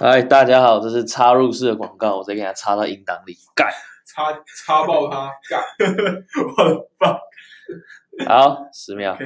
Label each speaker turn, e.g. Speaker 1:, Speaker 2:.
Speaker 1: 嗨，哎大家好，这是插入式的广告，我直接给它插到音档里。干，
Speaker 2: 插插爆他，干！
Speaker 1: 好，十秒。